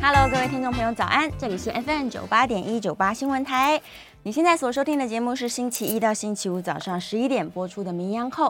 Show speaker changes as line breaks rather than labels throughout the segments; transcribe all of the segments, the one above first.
Hello，各位听众朋友，早安！这里是 FM 九八点一九八新闻台。你现在所收听的节目是星期一到星期五早上十一点播出的《名医后》，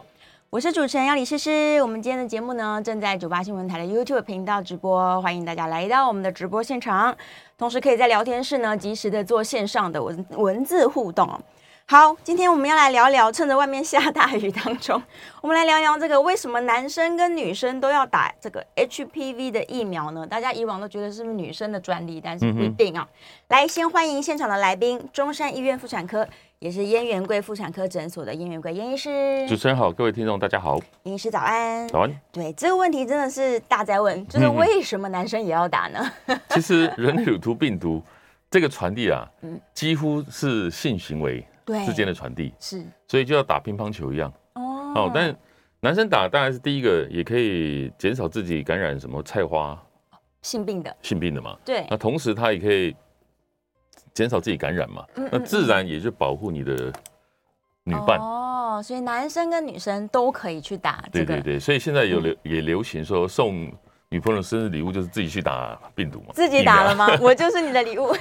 我是主持人要李诗诗。我们今天的节目呢，正在九八新闻台的 YouTube 频道直播，欢迎大家来到我们的直播现场，同时可以在聊天室呢及时的做线上的文文字互动哦。好，今天我们要来聊聊，趁着外面下大雨当中， 我们来聊聊这个为什么男生跟女生都要打这个 HPV 的疫苗呢？大家以往都觉得是不是女生的专利，但是不一定啊。来，先欢迎现场的来宾，中山医院妇产科，也是燕元贵妇产科诊所的燕元贵燕医师。
主持人好，各位听众大家好，
燕医师早安。
早 安。
对这个问题真的是大在
嗯
问，就是为什么男生也要打呢？
其实人类乳头病毒这个传递啊，几乎是性行为
嗯对，
之间的传递，
是
所以就要打乒乓球一样。
哦
哦，但男生打当然是第一个，也可以减少自己感染什么菜花
性病的
性病的嘛。
对
那同时他也可以减少自己感染嘛，
嗯
那自然也就保护你的女伴。
哦，所以男生跟女生都可以去打这
对
个。嗯
对对，所以现在有流也流行说送女朋友生日礼物就是自己去打病毒嘛，
自己打
疫苗
了？吗？ 我就是你的礼物，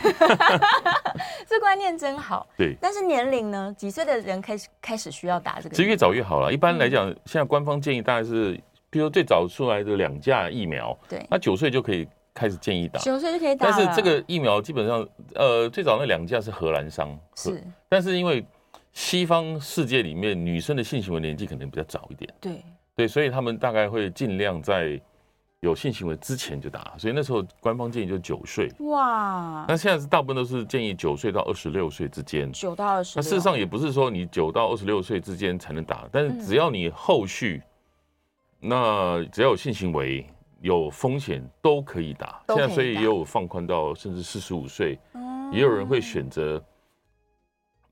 这观念真好。
对。
但是年龄呢？几岁的人开始开始需要打这个？
其实越早越好
嗯
了。一般来讲，现在官方建议大概是，比如说最早出来的两价疫苗，
对，
那九岁就可以开始建议打。
九岁就可以打
但
了。
是这个疫苗基本上，呃，最早那两价是荷兰商，荷
是
但是因为西方世界里面女生的性行为年纪可能比较早一点，
对
对，所以他们大概会尽量在有性行为之前就打，所以那时候官方建议就九岁。
哇，
那现在是大部分都是建议九岁到二十六岁之间，
九到二十。
那事实上也不是说你九到二十六岁之间才能打，
嗯
但是只要你后续，那只要有性行为有风险都可以打。
都可以
现在所以
打
也有放宽到甚至四十五岁，
嗯
也有人会选择，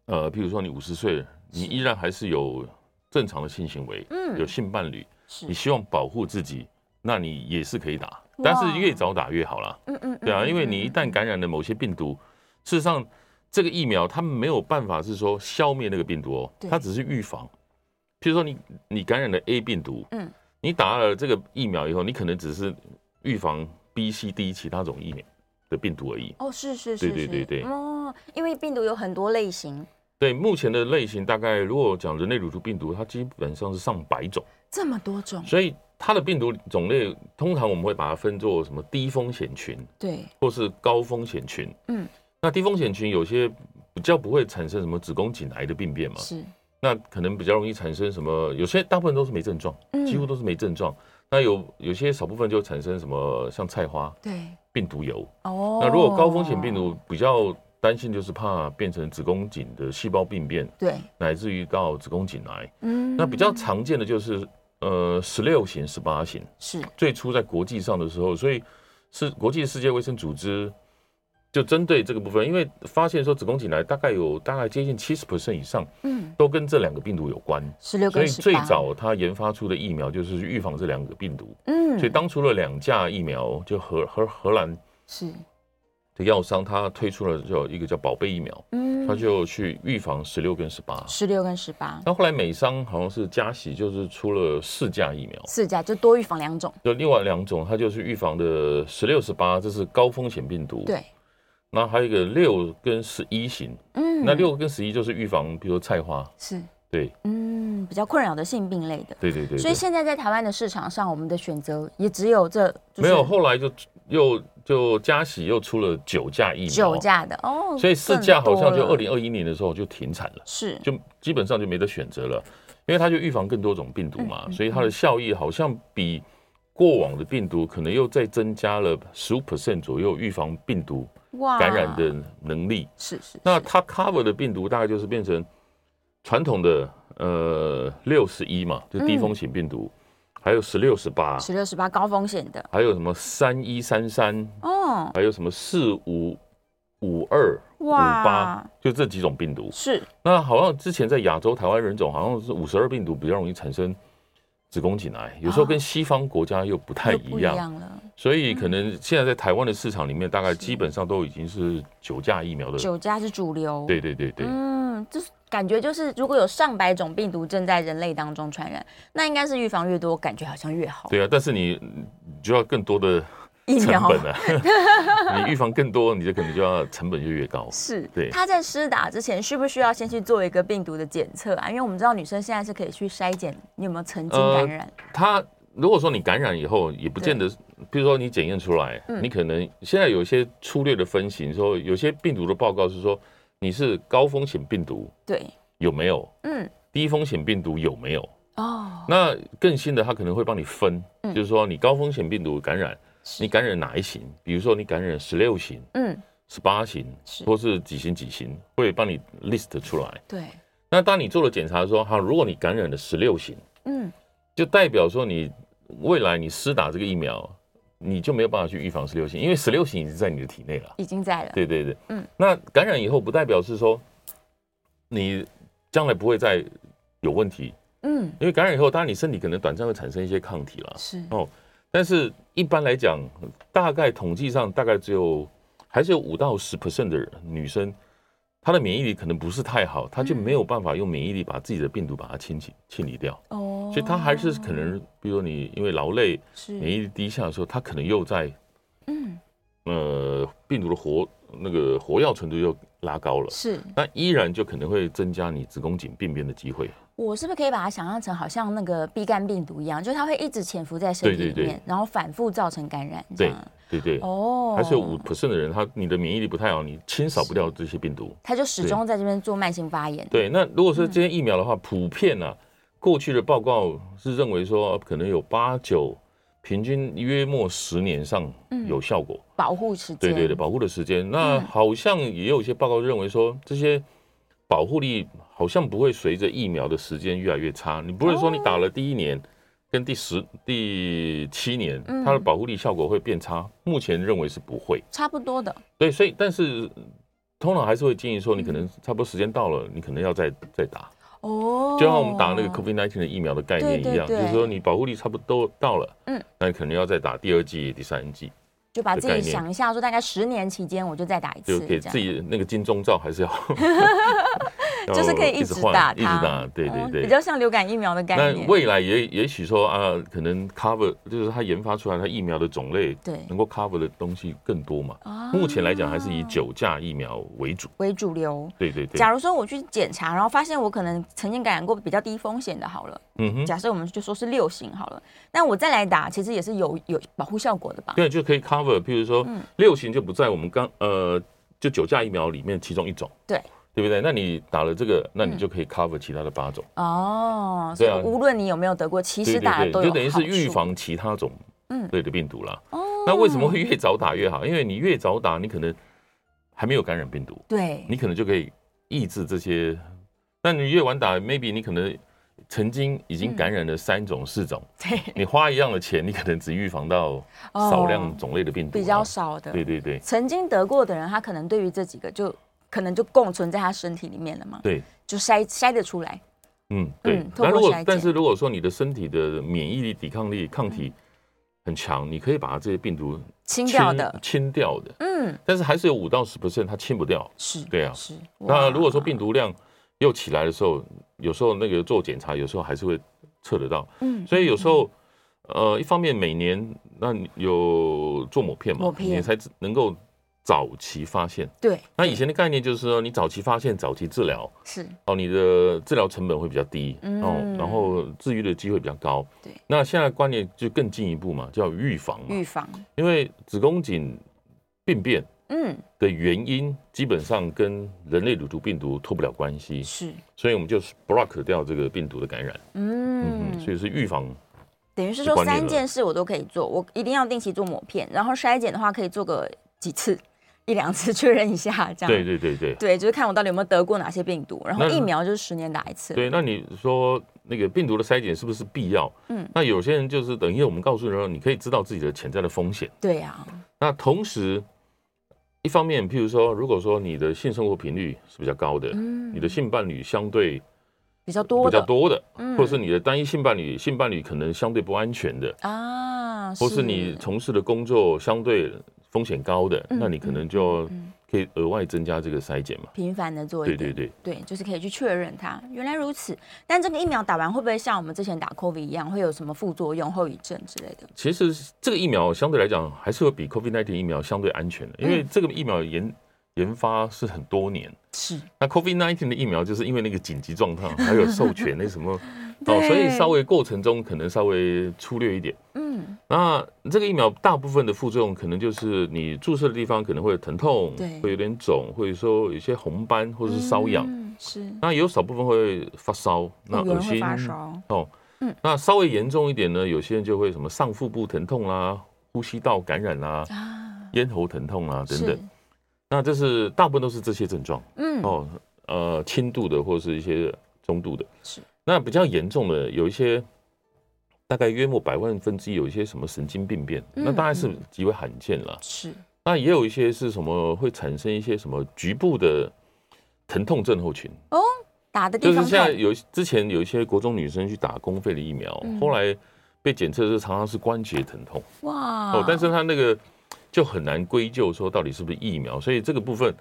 呃，譬如说你五十岁，你依然还是有正常的性行为，
嗯
有性伴侣，
是
你希望保护自己，那你也是可以打，
哇
但是越早打越好啦。
嗯嗯
对啊，
嗯
因为你一旦感染了某些病毒，事实上这个疫苗它没有办法是说消灭那个病毒哦
对，
它只是预防。譬如说你你感染了 A 病毒，
嗯，
你打了这个疫苗以后，你可能只是预防 B、C、D 其他种疫苗的病毒而已。
哦是是是是
对对对对
哦，因为病毒有很多类型，
对，目前的类型大概如果讲人类乳头病毒，它基本上是上百种，
这么多种。
所以它的病毒种类通常我们会把它分作什么低风险群，
对
或是高风险群。
嗯，
那低风险群有些比较不会产生什么子宫颈癌的病变嘛，
是
那可能比较容易产生什么？有些大部分都是没症状，
嗯
几乎都是没症状。那有有些少部分就产生什么像菜花
对
病毒疣。
哦。
那如果高风险病毒比较担心，就是怕变成子宫颈的细胞病变，
对
乃至于到子宫颈癌。
嗯
那比较常见的就是呃十六型、十八型。
是
最初在国际上的时候，所以是国际世界卫生组织就针对这个部分，因为发现说子宫颈癌大概有大概接近七十 percent 以上
嗯
都跟这两个病毒有关，
十六
所
跟
以
十
最早它研发出的疫苗就是预防这两个病毒。
嗯
所以当初的两价疫苗，就荷荷荷兰
是
的药商，它推出了就有一个叫宝贝疫苗，
嗯
它就去预防十六跟十八。
十六跟十八
那后来美商好像是加息，就是出了四价疫苗，
四价就多预防两种。
就另外两种，它就是预防的十六、十八，这是高风险病毒。。
对，
那还有一个六跟十一型，
嗯
那六跟十一就是预防，比如说菜花，
是
对，
嗯嗯比较困扰的性病类的。
对对对，
所以
对
现在在台湾的市场上，我们的选择也只有这，就是
没有后来就又就加喜又出了九价疫苗，
酒，驾的哦，
所以四价好像就
更
二
多了
零二一年的时候就停产了，
是
就基本上就没得选择了，因为它就预防更多种病毒
嗯
嘛，所以它的效益好像比过往的病毒可能又再增加了十五 percent 左右预防病毒
哇
感染的能力。
是是
那
是
它 cover 的病毒大概就是变成传统的呃六十一嘛，就低风险病毒，还有十六十八，
十六十八高风险的
还有什么三一三三，
哦，
还有什么四五五二五八
哇，
就这几种病毒。
是
那好像之前在亚洲台湾人种好像是五十二病毒比较容易产生子宫颈癌，有时候跟西方国家又不太
又
一
不一
样，
样了，
所以可能现在在台湾的市场里面，大概基本上都已经是九价疫苗的。
酒驾是主流，
对对对对，
嗯，就是感觉就是如果有上百种病毒正在人类当中传染，那应该是预防越多，感觉好像越好，
对啊，但是你嗯就要更多的
疫
成
苗
本啊， 你预防更多，你就可能就要成本就越高。
是，
对
他在施打之前需不需要先去做一个病毒的检测啊？因为我们知道女生现在是可以去筛检你有没有曾经
呃
感染，
它如果说你感染以后，也不见得，比如说你检验出来，
嗯
你可能现在有一些粗略的分型，说有些病毒的报告是说你是高风险病毒
对，
有没有，
嗯，
低风险病毒有没有？
哦，
那更新的它可能会帮你分，
嗯
就是说你高风险病毒感染，
是
你感染哪一型？比如说你感染十六型、
嗯，
十八型
是，
或是几型几型，会帮你 list 出来。
对，
那当你做了检查说，好，如果你感染了十六型。
嗯，
就代表说你未来你施打这个疫苗，你就没有办法去预防十六型，因为十六型已经在你的体内了。
已经在了，
对对对，
嗯。
那感染以后不代表是说你将来不会再有问题，
嗯，
因为感染以后，当然你身体可能短暂会产生一些抗体啦。
是
哦，但是一般来讲，大概统计上大概只有还是有五到十 percent 的女生，她的免疫力可能不是太好，她就没有办法用免疫力把自己的病毒把它清洗清理掉。
哦，
所以它还是可能，比如说你因为劳累、免
是
疫力低下的时候，它可能又在
嗯
呃病毒的活那个活药程度又拉高了，
是，
那依然就可能会增加你子宫颈病变的机会。
我是不是可以把它想象成好像那个 B 肝病毒一样，就是它会一直潜伏在身体
对对
里
对
面，然后反复造成感染，这
对
样
对对，
哦，
还是有五 percent 的人，他你的免疫力不太好，你清扫不掉这些病毒。
它就始终在这边做慢性发炎，
对，那如果说这些疫苗的
嗯
话，普遍啊，过去的报告是认为说呃可能有八九，平均约莫十年上有效果。
保护时间，
对对对，保护的时间。那
嗯
好像也有一些报告认为说，这些保护力好像不会随着疫苗的时间越来越差。你不会说你打了第一年跟第十、第七年，
嗯
它的保护力效果会变差。目前认为是不会。
差不多的，
对，所以但是通常还是会建议说，你可能差不多时间到了，你可能要再再打。
哦，
就像我们打那个 COVID-19 的疫苗的概念一样，
对对对
就是说你保护力差不多到了，
嗯，
那你可能要再打第二剂、第三剂，
就把自
的概
己
念
想一下，说大概十年期间我就再打一次，
就给自
这样，
己那个金钟罩还是要
就是可以一
一直
直
换
打它
一直打，对
哦
对
比
对。
较像流感疫苗的概
那
念。
未来也也许说啊，可能 cover 就是它研发出来它疫苗的种类，
对
能够 cover 的东西更多嘛。
啊
目前来讲还是以九价疫苗为主，
为主流。
对对对
假，如说我去检查，然后发现我可能曾经感染过比较低风险的，好了，
嗯哼，
假设我们就说是六型好了，那我再来打，其实也是有有保护效果的吧？
对，就可以 cover，譬如说
嗯
六型就不在我们刚呃就九价疫苗里面其中一种，
对嗯
对不对？那你打了这个，那你就可以 cover 其他的八种，
哦，所
对
以
啊
无论你有没有得过，其
对
实打
对
了都
对，
有
就等于
好
是
处
预防其他种
嗯
类的病毒啦。
哦
那为什么会越早打越好？因为你越早打，你可能还没有感染病毒，
对
你可能就可以抑制这些。但你越晚打，maybe 你可能曾经已经感染了三种、四种，
对
你花一样的钱，你可能只预防到 少量种类的病毒、
哦比较。少的？
对对对
曾经得过的人，他可能对于这几个就可能就共存在他身体里面了嘛，
对，
就筛筛得出来。
嗯对
嗯。透过
那如果
筛检
但是如果说你的身体的免疫力、抵抗力、抗体很强，你可以把这些病毒
嗯清掉的，
清掉的。
嗯，
但是还是有五到十 percent 它清不掉。
是，
对啊
是。
那
哇
如果说病毒量又起来的时候，有时候那个做检查，有时候还是会测得到。
嗯
所以有时候，呃，一方面每年那你有做抹片嘛，
抹片
你才能够早期发现。
嗯对，
那以前的概念就是说，你早期发现、早期治疗，
是
哦，你的治疗成本会比较低，
嗯
哦，然后治愈的机会比较高。
对
那现在观念就更进一步嘛，叫预防嘛
预，防，
因为子宫颈病变
嗯，
的原因基本上跟人类乳头病毒脱不了关系，
是，
所以我们就 block 掉这个病毒的感染。嗯
嗯，
哼，所以是预防。
等于是
就
说
关键
三
了
件事我都可以做，我一定要定期做抹片，然后筛检的话可以做个几次，一两次 确认一下，这样。
对对对对
对就是看我到底有没有得过哪些病毒，然后
那
疫苗就是十年打一次。
对。那你说那个病毒的筛检是不是必要？
嗯
那有些人就是等于我们告诉人，你可以知道自己的潜在的风险。
对啊呀、
那同时，一方面，譬如说，如果说你的性生活频率是比较高的，
嗯
你的性伴侣相对
比较
比
多的，
较多的，
嗯
或者是你的单一性伴侣，性伴侣可能相对不安全的，
啊，
或是你从事的工作相对风险高的，
嗯
那你可能就
嗯
可以额外增加这个筛检嘛。
频繁的做一
对
点，
对对，
对，就是可以去确认它原来如此。但这个疫苗打完会不会像我们之前打 COVID 一样，会有什么副作用、后遗症之类的？
其实这个疫苗相对来讲还是会比 COVID-19 疫苗相对安全的，
嗯
因为这个疫苗研研发是很多年。
是，
那 COVID-19 的疫苗就是因为那个紧急 状况，还有授权那什么哦，
对
所以稍微过程中可能稍微粗略一点。
嗯，
那这个疫苗大部分的副作用可能就是你注射的地方可能会有疼痛
对，
会有点肿，或者说有些红斑或者是瘙痒。
嗯是，
那有少部分会发烧，那
哦有人
恶
会
心
发烧，
哦。
嗯
那稍微严重一点呢，有些人就会什么上腹部疼痛啦、呼吸道感染啦、
啊，
咽喉疼痛啦等
是
等。那这是大部分都是这些症状。
嗯，
哦，呃，轻度的或是一些中度的，
是
那比较严重的有一些，大概约莫百万分之一有一些什么神经病变，
嗯
那当然是极为罕见了。
是，
那也有一些是什么会产生一些什么局部的疼痛症候群，
打的
就
地
是
方
现在
痛，
有之前有一些国中女生去打公费的疫苗，
嗯
后来被检测是常常是关节疼痛
哇，
哦，但是她那个就很难归咎说到底是不是疫苗，所以这个部分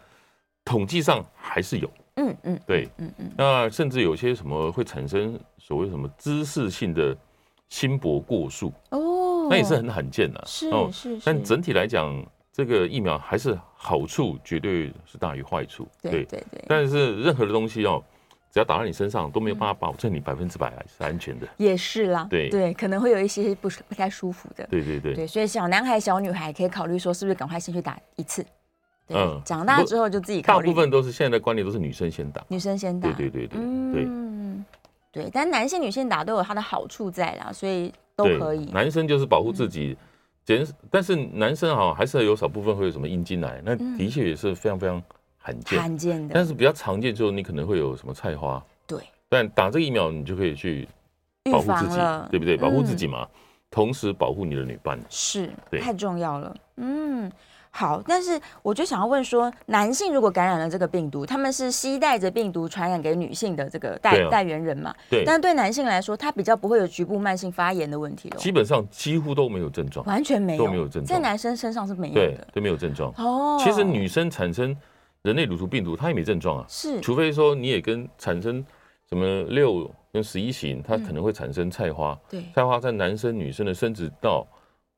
统计上还是有。
嗯嗯，
对，
嗯嗯，
那甚至有些什么会产生所谓什么姿势性的心搏过速，
哦，
那也是很罕见的、啊
是是是，
但整体来讲，这个疫苗还是好处绝对是大于坏处。
对对对，
但是任何的东西哦，只要打到你身上，都没有办法保证你
嗯
百分之百是安全的。
也是啦，
对
对，可能会有一些不舒不太舒服的，
对对对，
对，所以小男孩、小女孩可以考虑说，是不是赶快先去打一次？对，
嗯
长大之后就自己
大
考虑。
部分都是现在的观念都是女生先打。
女生先打，
对对对对对
嗯，对，但男性、女性打都有它的好处在啦，所以都
对，
可以。嗯
男生就是保护自己，减，但是男生哈、还是有少部分会有什么阴茎癌，那
嗯
的确也是非常非常罕见。
罕见的，
但是比较常见就是你可能会有什么菜花，
对，
但打这个疫苗你就可以去
预
保护
防
自己
了，
对不对？保护自己
嗯
嘛，同时保护你的女伴。
是
对
太重要了。嗯，好，但是我就想要问说，男性如果感染了这个病毒，他们是携带着病毒传染给女性的这个代、
对啊
代言人嘛？
对，
但对男性来说，他比较不会有局部慢性发炎的问题喽，
基本上几乎都没有症状，
完全没有，
都没有症状
在男生身上是没有
对
的，。
都没有症状。
哦，
其实女生产生人类乳头病毒，她也没症状啊，
是
除非说你也跟产生什么六跟十一型，
嗯
它可能会产生菜花。
对，
菜花在男生女生的生殖道，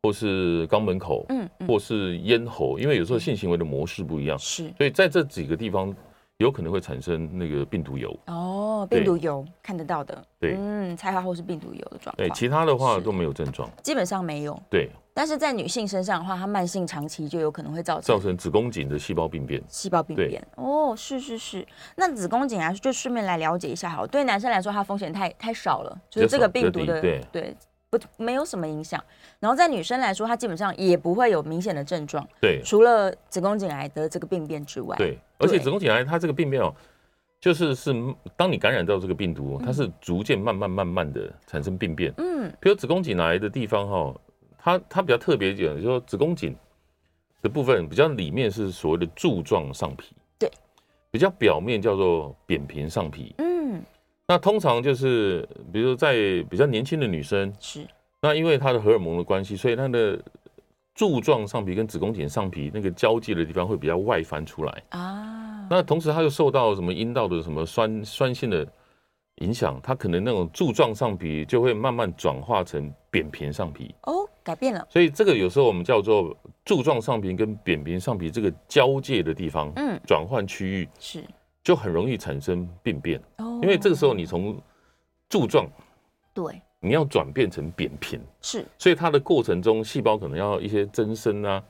或是肛门口，
嗯嗯，
或是咽喉，因为有时候性行为的模式不一样，
是
所以在这几个地方有可能会产生那个病毒疣。
哦，
对
病毒疣看得到的，
对
嗯，菜花或是病毒疣的状
对，
况，
哎其他的话
啊是
都没有症状。
基本上没有。
对，
但是在女性身上的话，它慢性长期就有可能会造成
造成子宫颈的细胞病变。
细胞病
对
变。哦，是是是。那子宫颈癌就顺便来了解一下好了，对男生来说，它风险太太少了，就是
比较
这个
少比
病
较
毒
低
的
对
不没有什么影响。然后在女生来说，她基本上也不会有明显的症状，
对
除了子宫颈癌的这个病变之外。，
对，而且
啊对
子宫颈癌它这个病变哦，就是是当你感染到这个病毒，哦它是逐渐慢慢慢慢的产生病变。
嗯，
比如子宫颈癌的地方哈、哦，它它比较特别一点，就是说子宫颈的部分比较里面是所谓的柱状上皮，
对，
比较表面叫做扁平上皮。
嗯，
那通常就是，比如说在比较年轻的女生，
是
那因为它的荷尔蒙的关系，所以它的柱状上皮跟子宫颈上皮那个交界的地方会比较外翻出来。
啊，
那同时，它又受到什么阴道的什么酸酸性的影响，它可能那种柱状上皮就会慢慢转化成扁平上皮。
哦，改变了，
所以这个有时候我们叫做柱状上皮跟扁平上皮这个交界的地方，
嗯，
转换区域
是
就很容易产生病变，
哦
因为这个时候你从柱状
对
你要转变成扁平，
是
所以它的过程中细胞可能要一些增生啊，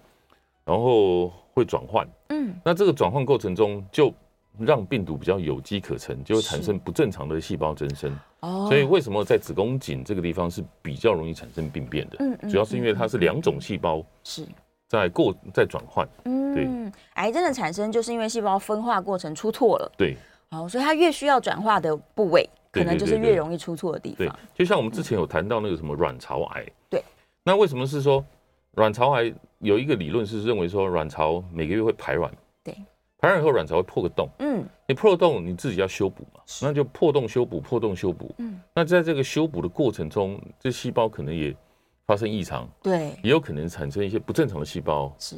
然后会转换。
嗯
那这个转换过程中就让病毒比较有机可乘，就会产
是
生不正常的细胞增生。
哦，
所以为什么在子宫颈这个地方是比较容易产生病变的？
嗯嗯
主要是因为它是
嗯嗯
两种细胞
是
在过在转换。
嗯，癌症的产生就是因为细胞分化过程出错了，
对
哦，所以它越需要转化的部位，可
对
能
对
就是
对
越
对
容易出错的地
对
方。，
就像我们之前有谈到那个什么卵巢癌。
对，
那为什么是说卵巢癌有一个理论是认为说卵巢每个月会排卵？
对，
排卵以后卵巢会破个洞。
嗯，
你破洞你自己要修补嘛，
是
那就破洞修补，破洞修补。
嗯，
那在这个修补的过程中，这细胞可能也发生异常，
对，
也有可能产生一些不正常的细胞，
是，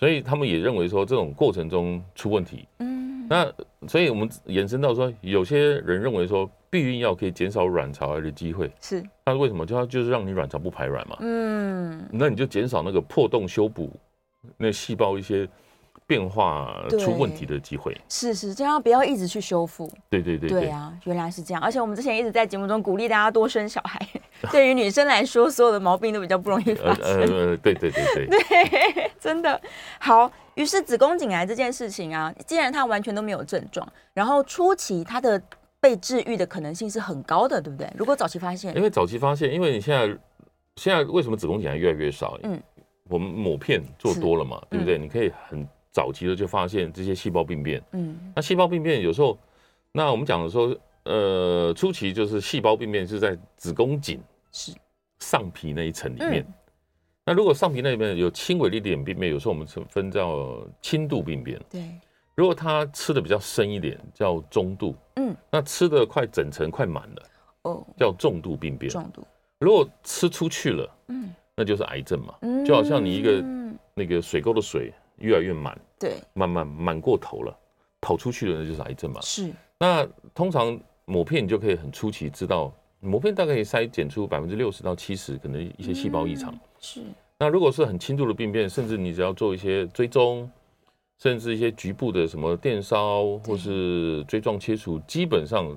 所以他们也认为说这种过程中出问题。
嗯，
那所以我们延伸到说，有些人认为说避孕药可以减少卵巢癌的机会，
是，
那为什么？就它就是让你卵巢不排卵嘛，
嗯，
那你就减少那个破洞修补那细胞一些变化
对
出问题的机会。
是是，这样不要一直去修复。
对对对
对啊，原来是这样。而且我们之前一直在节目中鼓励大家多生小孩， 对于女生来说，所有的毛病都比较不容易发
呃
生。
呃呃，对对对对。
真的好。于是子宫颈癌这件事情啊，既然它完全都没有症状，然后初期它的被治愈的可能性是很高的，对不对？如果早期发现
因，为早期发现，因为你现在现在为什么子宫颈癌越来越少？
嗯
嗯，我们抹片做多了嘛，对不对？你可以很早期的就发现这些细胞病变。
嗯，
那细胞病变有时候，那我们讲的说，呃，初期就是细胞病变是在子宫颈
是
上皮那一层里
嗯
面。那如果上皮那边有轻微的一点病变，有时候我们是分叫轻度病变。
对，
如果它吃的比较深一点，叫中度。
嗯，
那吃的快整层快满了，
哦，
叫重度病变。
中毒，
如果吃出去了，
嗯
那就是癌症嘛。
嗯
就好像你一个
嗯
那个水沟的水越来越满，
对，
慢慢满过头了，跑出去了那就是癌症嘛。
是，
那通常抹片你就可以很初期知道，抹片大概可以筛检出百分之六十到七十可能一些细胞异常。
嗯是，
那如果是很轻度的病变，甚至你只要做一些追踪，甚至一些局部的什么电烧或是锥状切除，基本上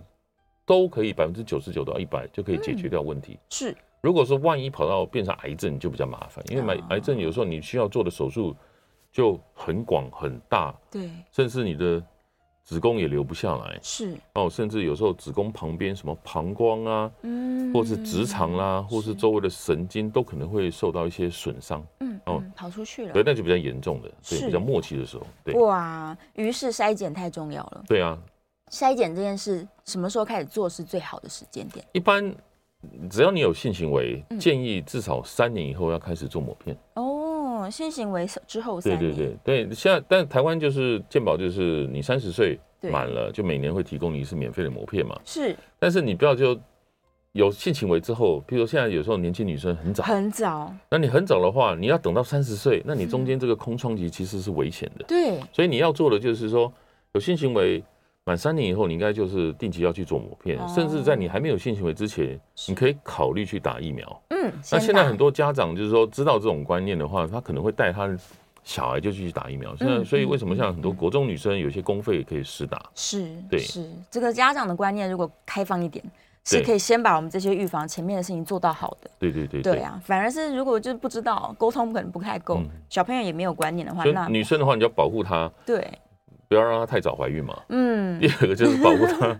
都可以百分之九十九到一百就可以解决
嗯
掉问题。
是，
如果说万一跑到变成癌症，就比较麻烦，因为
啊
癌癌症有时候你需要做的手术就很广很大，
对，
甚至你的子宫也留不下来
是，
哦，甚至有时候子宫旁边什么膀胱啊，
嗯
或是直肠啦、或是
是
周围的神经都可能会受到一些损伤，
嗯，
哦
嗯跑出去了，
对，那就比较严重的，对，
是
比较末期的时候，对，
哇，于是筛检太重要了。
对啊，
筛检这件事什么时候开始做是最好的时间点？
一般只要你有性行为，
嗯
建议至少三年以后要开始做抹片。
哦，性行为之后三
对
年，
对对对，现在但台湾就是健保，就是你三十岁
对
满了，就每年会提供你一次免费的膜片嘛。
是
但是你不要就有性行为之后，譬如说现在有时候年轻女生 很早，
很早，
那你很早的话，你要等到三十岁，那你中
嗯
间这个空窗期其实是危险的。
对，
所以你要做的就是说，有性行为满三年以后，你应该就是定期要去做膜片，
哦
甚至在你还没有性行为之前，
是
你可以考虑去打疫苗。
嗯，
那
先
现在
打
很多家长就是说知道这种观念的话，他可能会带他的小孩就去打疫苗。现在，
嗯
所以为什么
嗯
像很多国中女生有些公费可以实打？
是，
对
是这个家长的观念，如果开放一点，是
对
可以先把我们这些预防前面的事情做到好的。
对对对
对。啊，反而是如果就是不知道沟通可能不太够，
嗯
小朋友也没有观念的话，
所以
那
女生的话，你就要保护她，
对，
不要让她太早 怀孕嘛。
嗯
第，二个就是保护她，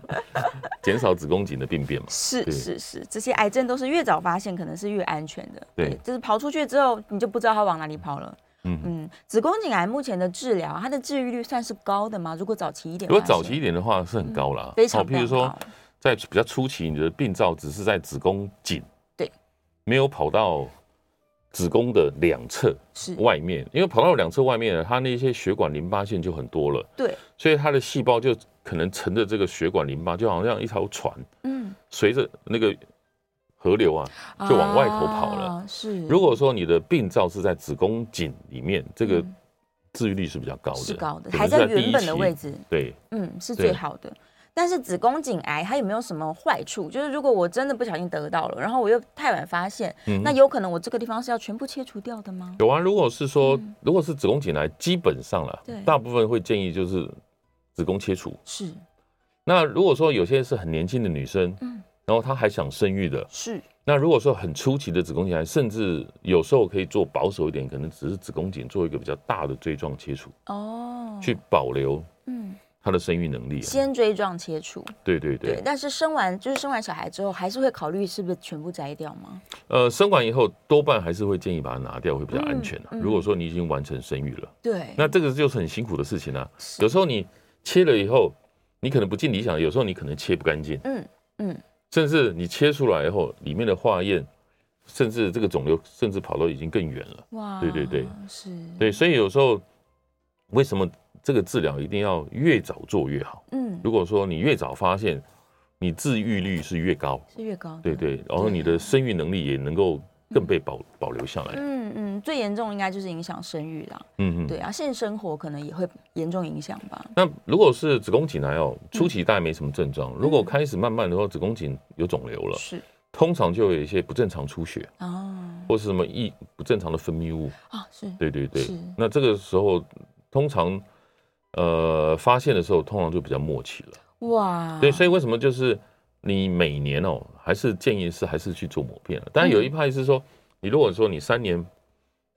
减少子宫颈的病 变嘛。
是
对
是是，这些癌症都是越早发现可能是越安全的。
对
就是跑出去之后，你就不知道它往哪里跑了。
嗯，
嗯，子宫颈癌目前的治疗，它的治愈率算是高的吗？如果早期一点
如
发现，
果早期一点的话，是很高啦。
啊嗯非常非
譬
常
如
高
说，在比较初期，你的病灶只是在子宫颈，
对，
没有跑到子宫的两侧
是
外面，因为跑到两侧外面，它那些血管淋巴线就很多了。
对，
所以它的细胞就可能乘着这个血管淋巴，就好像一条船，
嗯，
随着那个河流啊。就往外头跑了
啊是，
如果说你的病灶是在子宫颈里面，这个
嗯
治愈率是比较高的，
是高的，
可能
还
是
在
第
原
一
本的
期
位置，
对
嗯，是
对
最好的。但是子宫颈癌它有没有什么坏处？就是如果我真的不小心得到了，然后我又太晚发现，
嗯
那有可能我这个地方是要全部切除掉的吗？
有啊，如果是说如果是子宫颈癌，基本上啦
嗯对，
大部分会建议就是子宫切除。
是
那如果说有些是很年轻的女生，
嗯
然后她还想生育的，
是，
那如果说很初期的子宫颈癌，甚至有时候可以做保守一点，可能只是子宫颈做一个比较大的锥状切除，
哦，
去保留
嗯，
她的生育能力、啊。
先锥状切除，
对对
对，
对，
但是生完就是生完小孩之后，还是会考虑是不是全部摘掉吗？
呃，生完以后多半还是会建议把它拿掉，会比较安全、啊
嗯嗯
如果说你已经完成生育了，
对，
那这个就是很辛苦的事情啊。
是
有时候你切了以后，你可能不尽理想，有时候你可能切不干净，
嗯嗯，
甚至你切出来以后，里面的化验，甚至这个肿瘤甚至跑到已经更远了。
哇，
对对对，
是，
对，，所以有时候为什么这个治疗一定要越早做越好？
嗯，
如果说你越早发现，你治愈率是越高，
是越高的，
对对，然后你的生育能力也能够更被保保留下来。
嗯嗯，最严重应该就是影响生育啦，
嗯嗯，
对。啊，性生活可能也会严重影响吧，
那如果是子宫颈癌哦，初期大概没什么症状，如果开始慢慢的话，子宫颈有肿瘤了，
嗯是
通常就有一些不正常出血
哦
或是什么异不正常的分泌物。
啊是，
对对对
是，
那这个时候通常呃发现的时候，通常就比较默契了。
哇，
对，所
以
以为什么就是你每年哦，还是建议是还是去做抹片了。当然
嗯
有一派是说，你如果说你三年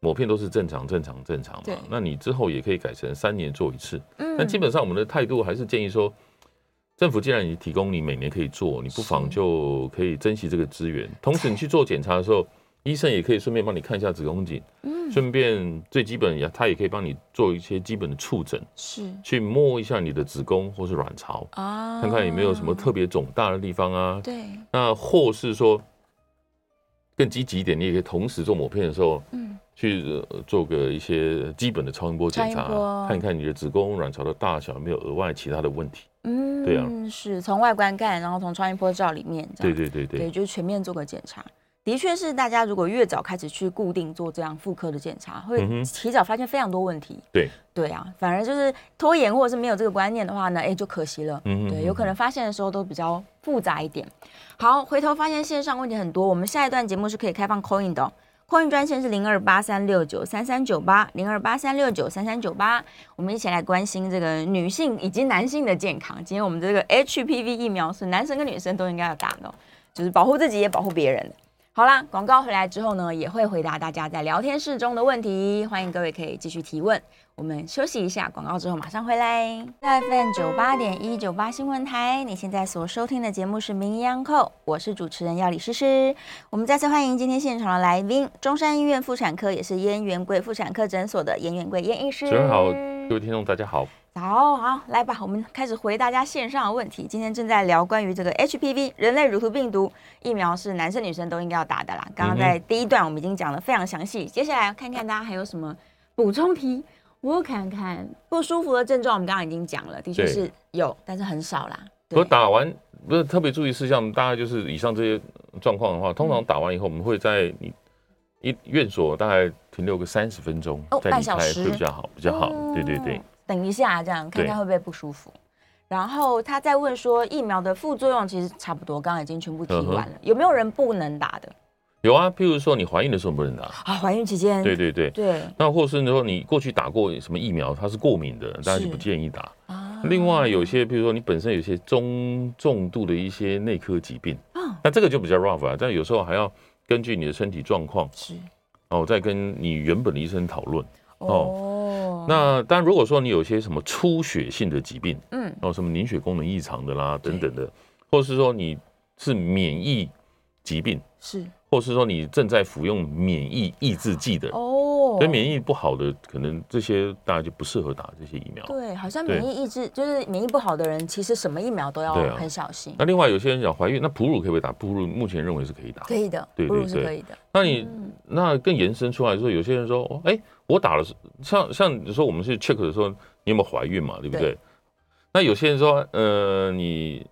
抹片都是正常、正常、正常
对
嘛，那你之后也可以改成三年做一次。
嗯
但基本上我们的态度还是建议说。政府既然你提供你每年可以做，你
是
不妨就可以珍惜这个资源。同时，你去做检查的时候，医生也可以顺便帮你看一下子宫颈，
嗯
顺便最基本也他也可以帮你做一些基本的触诊，
是
去摸一下你的子宫或是卵巢。
啊，
看看有没有什么特别肿大的地方啊。
对，
那或是说更积极一点，你也可以同时做抹片的时候
嗯
去呃做个一些基本的超音波检
超音波
查，看一看你的子宫、卵巢的大小有没有额外其他的问题。
嗯
对啊
是从外观看，然后从超音波照里面这
对
样，
对对对
对，就是全面做个检查。的确是，大家如果越早开始去固定做这样妇科的检查，会
嗯哼
提早发现非常多问题。
对，
对啊，反而就是拖延或者是没有这个观念的话呢，哎，就可惜了。
嗯哼
对，有可能发现的时候都比较复杂一点。好，回头发现线上问题很多，我们下一段节目是可以开放 coin 的、哦。coin 专线是零二八三六九三三九八零二八三六九三三九八，我们一起来关心这个女性以及男性的健康。今天我们这个 HPV 疫苗是男生跟女生都应该要打的哦、就是保护自己也保护别人。好啦，广告回来之后呢，也会回答大家在聊天室中的问题，欢迎各位可以继续提问。我们休息一下，广告之后马上回来。在 FM 九八点一九八新闻台，你现在所收听的节目是《名医央叩》，我是主持人要李诗诗。我们再次欢迎今天现场的来宾，中山医院妇产科也是燕元贵妇产科诊所的燕元贵燕医师。
主持人好，各位听众大家好。
好好，来吧，我们开始回大家线上的问题。今天正在聊关于这个 HPV 人类乳头病毒疫苗是男生女生都应该要打的啦。刚刚在第一段我们已经讲的非常详细，接下来看看大家还有什么补充题。我看看不舒服的症状，我们刚刚已经讲了，的确
对
是有，但是很少啦。
我打完不是特别注意事项，大概就是以上这些状况的话，通常打完以后，我们会在你一院所大概停留个三十分钟
哦，
再
半
离
小
开
时
会比较好，比较好。对对对
嗯。，等一下这样看
对
看会不会不舒服。然后他再问说疫苗的副作用其实差不多，刚刚已经全部提
嗯哼
完了，有没有人不能打的
有啊，譬如说你怀孕的时候不能打，
啊？怀孕期间
对对对。
对
那或是你说你过去打过什么疫苗，它是过敏的，当然
是
就不建议打。
啊
另外有些，比如说你本身有些中重度的一些内科疾病，
哦
那这个就比较 rough 啊。但有时候还要根据你的身体状况，
是
哦，再跟你原本的医生讨论。
哦，
那当然，如果说你有些什么出血性的疾病，
嗯
哦，什么凝血功能异常的啦等等的，或是说你是免疫疾病，
是
或是说你正在服用免疫抑制剂的，
哦，
所以免疫不好的，可能这些大家就不适合打这些疫苗。
对，好像
对
免疫抑制就是免疫不好的人，其实什么疫苗都要
对啊
很小心，
那另外有些人讲怀孕，那哺乳可不可以打？哺乳目前认为是可以打。
可以的，
对
哺乳
对
是
对
可以的，嗯
那你那更延伸出来说，有些人说，哦哎、我打了是，像像你说我们去 check 的时候，你有没有怀孕嘛？对不对？
对
那有些人说，呃，你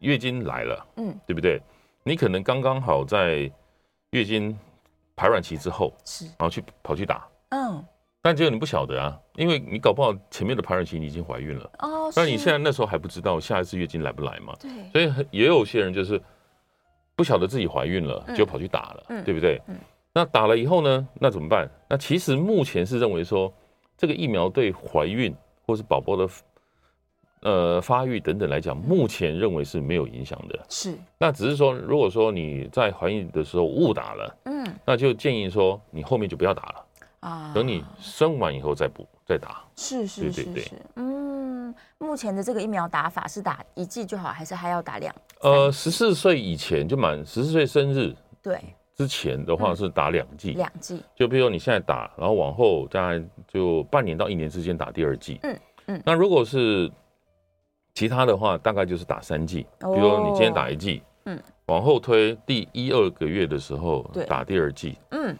月经来了，
嗯，
对不对？你可能刚刚好在月经排卵期之后，
是
然后去跑去打，
嗯
但只有你不晓得啊，因为你搞不好前面的排卵期你已经怀孕了，
哦，
但你
是
现在那时候还不知道下一次月经来不来嘛，
对
所以很也有些人就是不晓得自己怀孕了，
嗯
就跑去打了，
嗯
对不对？
嗯
那打了以后呢，那怎么办？那其实目前是认为说，这个疫苗对怀孕或是宝宝的呃发育等等来讲，目前认为是没有影响的。
是，
那只是说，如果说你在怀孕的时候误打了，
嗯
那就建议说你后面就不要打了，
啊，
等你生完以后再补再打。
是是
对
是
对
是
对
嗯，目前的这个疫苗打法是打一剂就好，还是还要打两？
呃，十四岁以前就满十四岁生日
对，
之前的话
嗯
是打两剂，
两剂。
就比如你现在打，然后往后大概就半年到一年之间打第二剂。
嗯嗯
那如果是其他的话，大概就是打三剂，比
哦
如说你今天打一剂，
嗯，
往后推第一二个月的时候
对
打第二剂，
嗯，然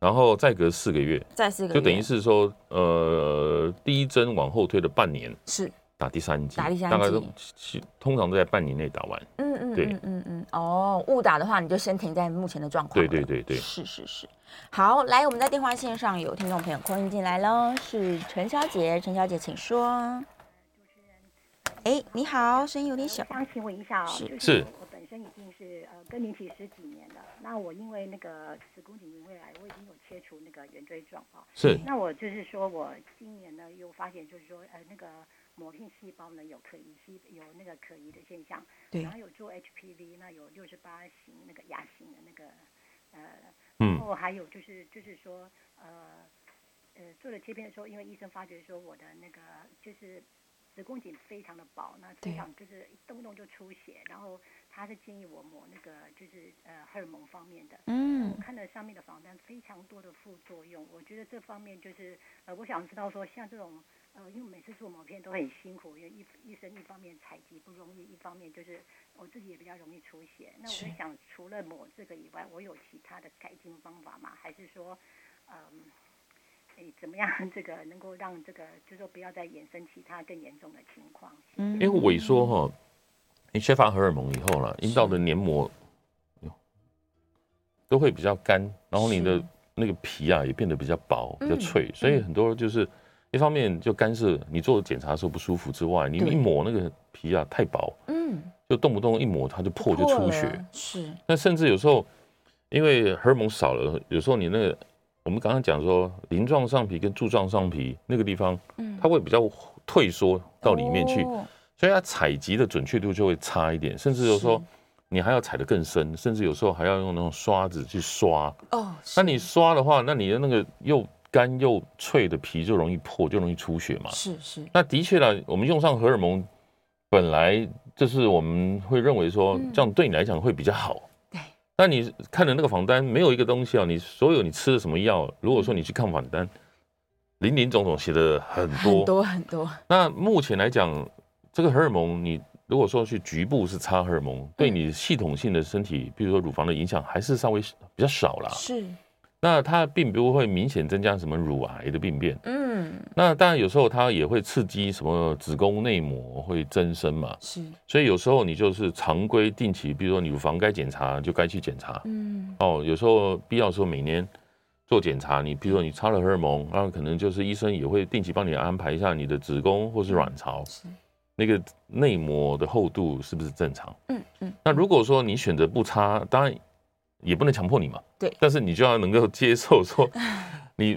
然后再隔四个月，
再四个
就等于
月
是说，呃，第一针往后推了半年。
是，
打第三剂，
打第三
大概
剂
都其通常都在半年内打完。
嗯嗯
对
嗯嗯嗯。哦，误打的话，你就先停在目前的状况
对
了。
对对对，
是是是。好，来，我们在电话线上有听众朋友空音进来喽，是陈小姐，陈小姐请说。哎，你好，声音有点小。
呃想请问一下哦，
是
就是
是
我本身已经是呃更年期十几年了，那我因为那个子宫颈胃癌，我已经有切除那个圆锥状啊。
是
那我就是说我今年呢又发现就是说呃那个膜片细胞呢有可疑细有那个可疑的现象，
对
然后有做 HPV，那有六十八型那个亚型的那个呃
嗯
然后还有就是就是说，呃呃，做了切片的时候，因为医生发觉说我的那个就是子宫颈非常的薄，那
对
非常就是动不动就出血，然后他是建议我抹那个就是呃荷尔蒙方面的。呃
嗯
我看了上面的访单，非常多的副作用。我觉得这方面就是，呃，我想知道说，像这种，呃，因为每次做膜片都很辛苦，因为医医生一方面采集不容易，一方面就是我自己也比较容易出血。那我
是
就想，除了抹这个以外，我有其他的改进方法吗？还是说，嗯，诶，怎么样这个能够让这个，就是说不要再衍生其他更严重的情况？
嗯
因为萎缩哈、你缺乏荷尔蒙以后了，阴道的黏膜哎呦都会比较干，然后你的那个皮啊也变得比较薄、
嗯
比较脆，所以很多就是一方面就干涉你做检查的时候不舒服之外，你
对
一抹那个皮啊太薄，
嗯，
就动不动一抹它就破就出血。
了是，
那甚至有时候因为荷尔蒙少了，有时候你那个我们刚刚讲说鳞状上皮跟柱状上皮那个地方，它会比较退缩到里面去，
嗯哦
所以它采集的准确度就会差一点，甚至有时候你还要采得更深，甚至有时候还要用那种刷子去刷。
哦，是
那你刷的话，那你的那个又干又脆的皮就容易破，就容易出血嘛。
是是，
那的确啦，我们用上荷尔蒙，本来就是我们会认为说，
嗯
这样对你来讲会比较好。
对。
那你看的那个访单，没有一个东西啊，你所有你吃的什么药，如果说你去看访单，林林总总写的很
很
多。啊
多很多，
那目前来讲，这个荷尔蒙，你如果说去局部是擦荷尔
嗯
蒙，对你系统性的身体，比如说乳房的影响，还是稍微比较少啦。
是，
那它并不会明显增加什么乳癌的病变。
嗯，
那当然，有时候它也会刺激什么子宫内膜会增生嘛，
是，
所以有时候你就是常规定期，比如说你乳房该检查就该去检查
嗯，
哦。有时候必要的时候每年做检查，你比如说你擦了荷尔蒙，那可能就是医生也会定期帮你安排一下你的子宫或是卵巢
是，
那个内膜的厚度是不是正常。
嗯嗯，
那如果说你选择不擦，当然也不能强迫你嘛。
对
但是你就要能够接受说你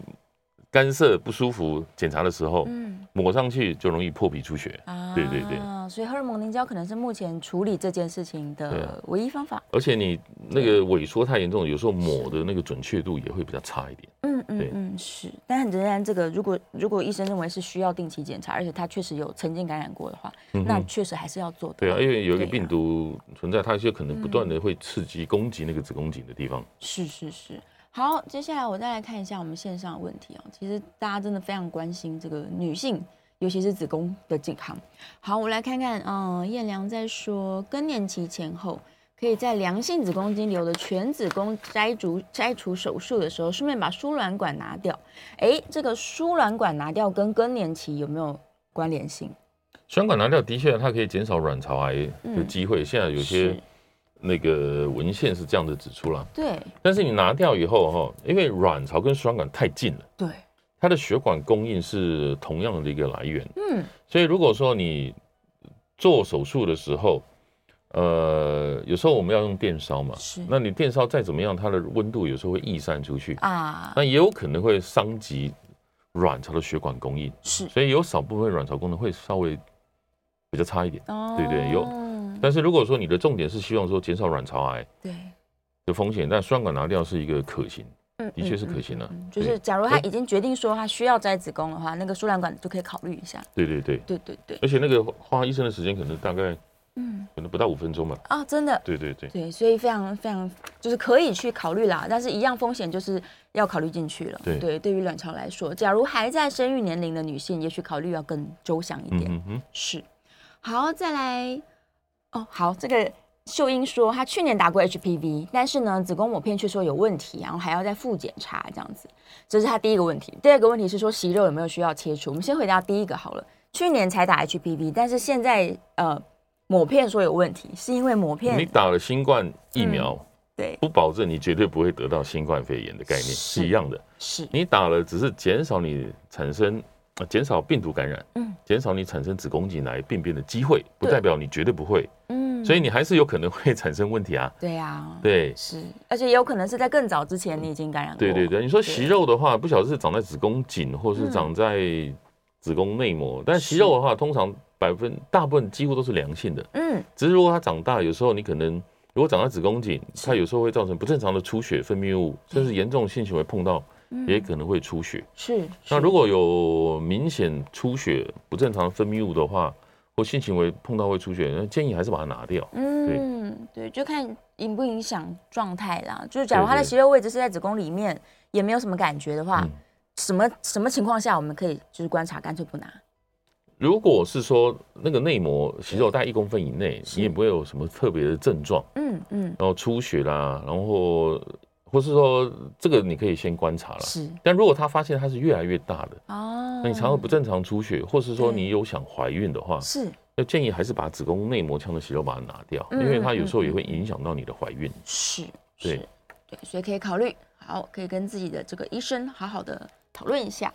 干涉不舒服，检查的时候，
嗯
抹上去就容易破皮出血，
啊，
哦对对对，
所以荷尔蒙凝胶可能是目前处理这件事情
对啊
的唯一方法。
而且你那个萎缩太严重，有时候抹的那个准确度也会比较差一点。
嗯嗯
对
嗯，是，但很仍然，这个如果如果医生认为是需要定期检查，而且他确实有曾经感染过的话，那确实还是要做的。
嗯对啊，因为有一个
对啊嗯
病毒存在，它就可能不断的会刺激攻击那个子宫颈的地方。
是是是。好，接下来我再来看一下我们线上的问题哦。其实大家真的非常关心这个女性，尤其是子宫的健康。好，我来看看，嗯，燕良在说更年期前后。可以在良性子宫肌瘤的全子宫摘除摘除手术的时候，顺便把输卵管拿掉。诶，这个输卵管拿掉跟更年期有没有关联性？
栓管拿掉的确，它可以减少卵巢癌的
嗯
机会。现在有些
是
那个文献是这样子指出啦。
对
但是你拿掉以后哈，因为卵巢跟输卵管太近了，
对，
它的血管供应是同样的一个来源。
嗯，
所以如果说你做手术的时候，呃，有时候我们要用电烧嘛，
是
那你电烧再怎么样，它的温度有时候会溢散出去，
啊，
那也有可能会伤及卵巢的血管供应，
是
所以有少部分卵巢功能会稍微比较差一点。
哦
对对有但是如果说你的重点是希望说减少卵巢癌
对，
的风险，但双管拿掉是一个可行，
嗯
的确是可行
的。
的、
嗯就是假如他已经决定说他需要摘子宫的话，那个输卵管就可以考虑一下。
对对对，
对对对，
而且那个花医生的时间可能大概
嗯
可能不到五分钟吧。
啊，真的。
对对对，
对，所以非常非常就是可以去考虑啦，但是一样风险就是要考虑进去了。
对
对于卵巢来说，假如还在生育年龄的女性，也许考虑要更周详一
嗯
点。
哼哼，
是，好，再来哦，好，这个秀英说她去年打过 HPV，但是呢，子宫抹片却说有问题，然后还要再复检查这样子，这是她第一个问题。第二个问题是说息肉有没有需要切除？我们先回答第一个好了，去年才打 HPV，但是现在呃抹片说有问题，是因为抹
你
片
打了新冠疫苗，
嗯对
不保证你绝对不会得到新冠肺炎的概念
是
是一样的。
是
你打了只是减少你产生呃减少病毒感染，
嗯，
减少你产生子宫颈癌病变的机会，不
对
代表你绝对不会，
嗯
所以你还是有可能会 产生问题啊。
对啊。
对，
是，而且也有可能是在更早之前你已经感染过。
对对对，你说
对嗯
息肉的话，不晓得是长在子宫颈或是长在子宫内膜，但息肉的话，通常百分大部分几乎都是良性的，
嗯，
只是如果它长大，有时候你可能如果长在子宫颈，它有时候会造成不正常的出血、分泌物，甚至严重性行为碰到
嗯
也可能会出血。
是。
那
是
如果有明显出血、不正常分泌物的话，或性行为碰到会出血，那建议还是把它拿掉。
嗯，对，就看影不影响状态啦。就是假如他的
对对
息肉位置是在子宫里面，也没有什么感觉的话，
嗯
什么什么情况下我们可以就是观察，干脆不拿？
如果是说那个内膜息肉大概一公分以内，
是
你也不会有什么特别的症状。
嗯嗯，
然后出血啦，然后或是说这个你可以先观察啦。
是
但如果他发现它是越来越大的，
哦，
那你肠胃不正常出血，或是说
对
你有想怀孕的话，
是
那建议还是把子宫内膜腔的息肉把它拿掉，
嗯
因为它有时候也会影响到你的怀孕。
是
对
是，对，所以可以考虑，好，可以跟自己的这个医生好好的讨论一下。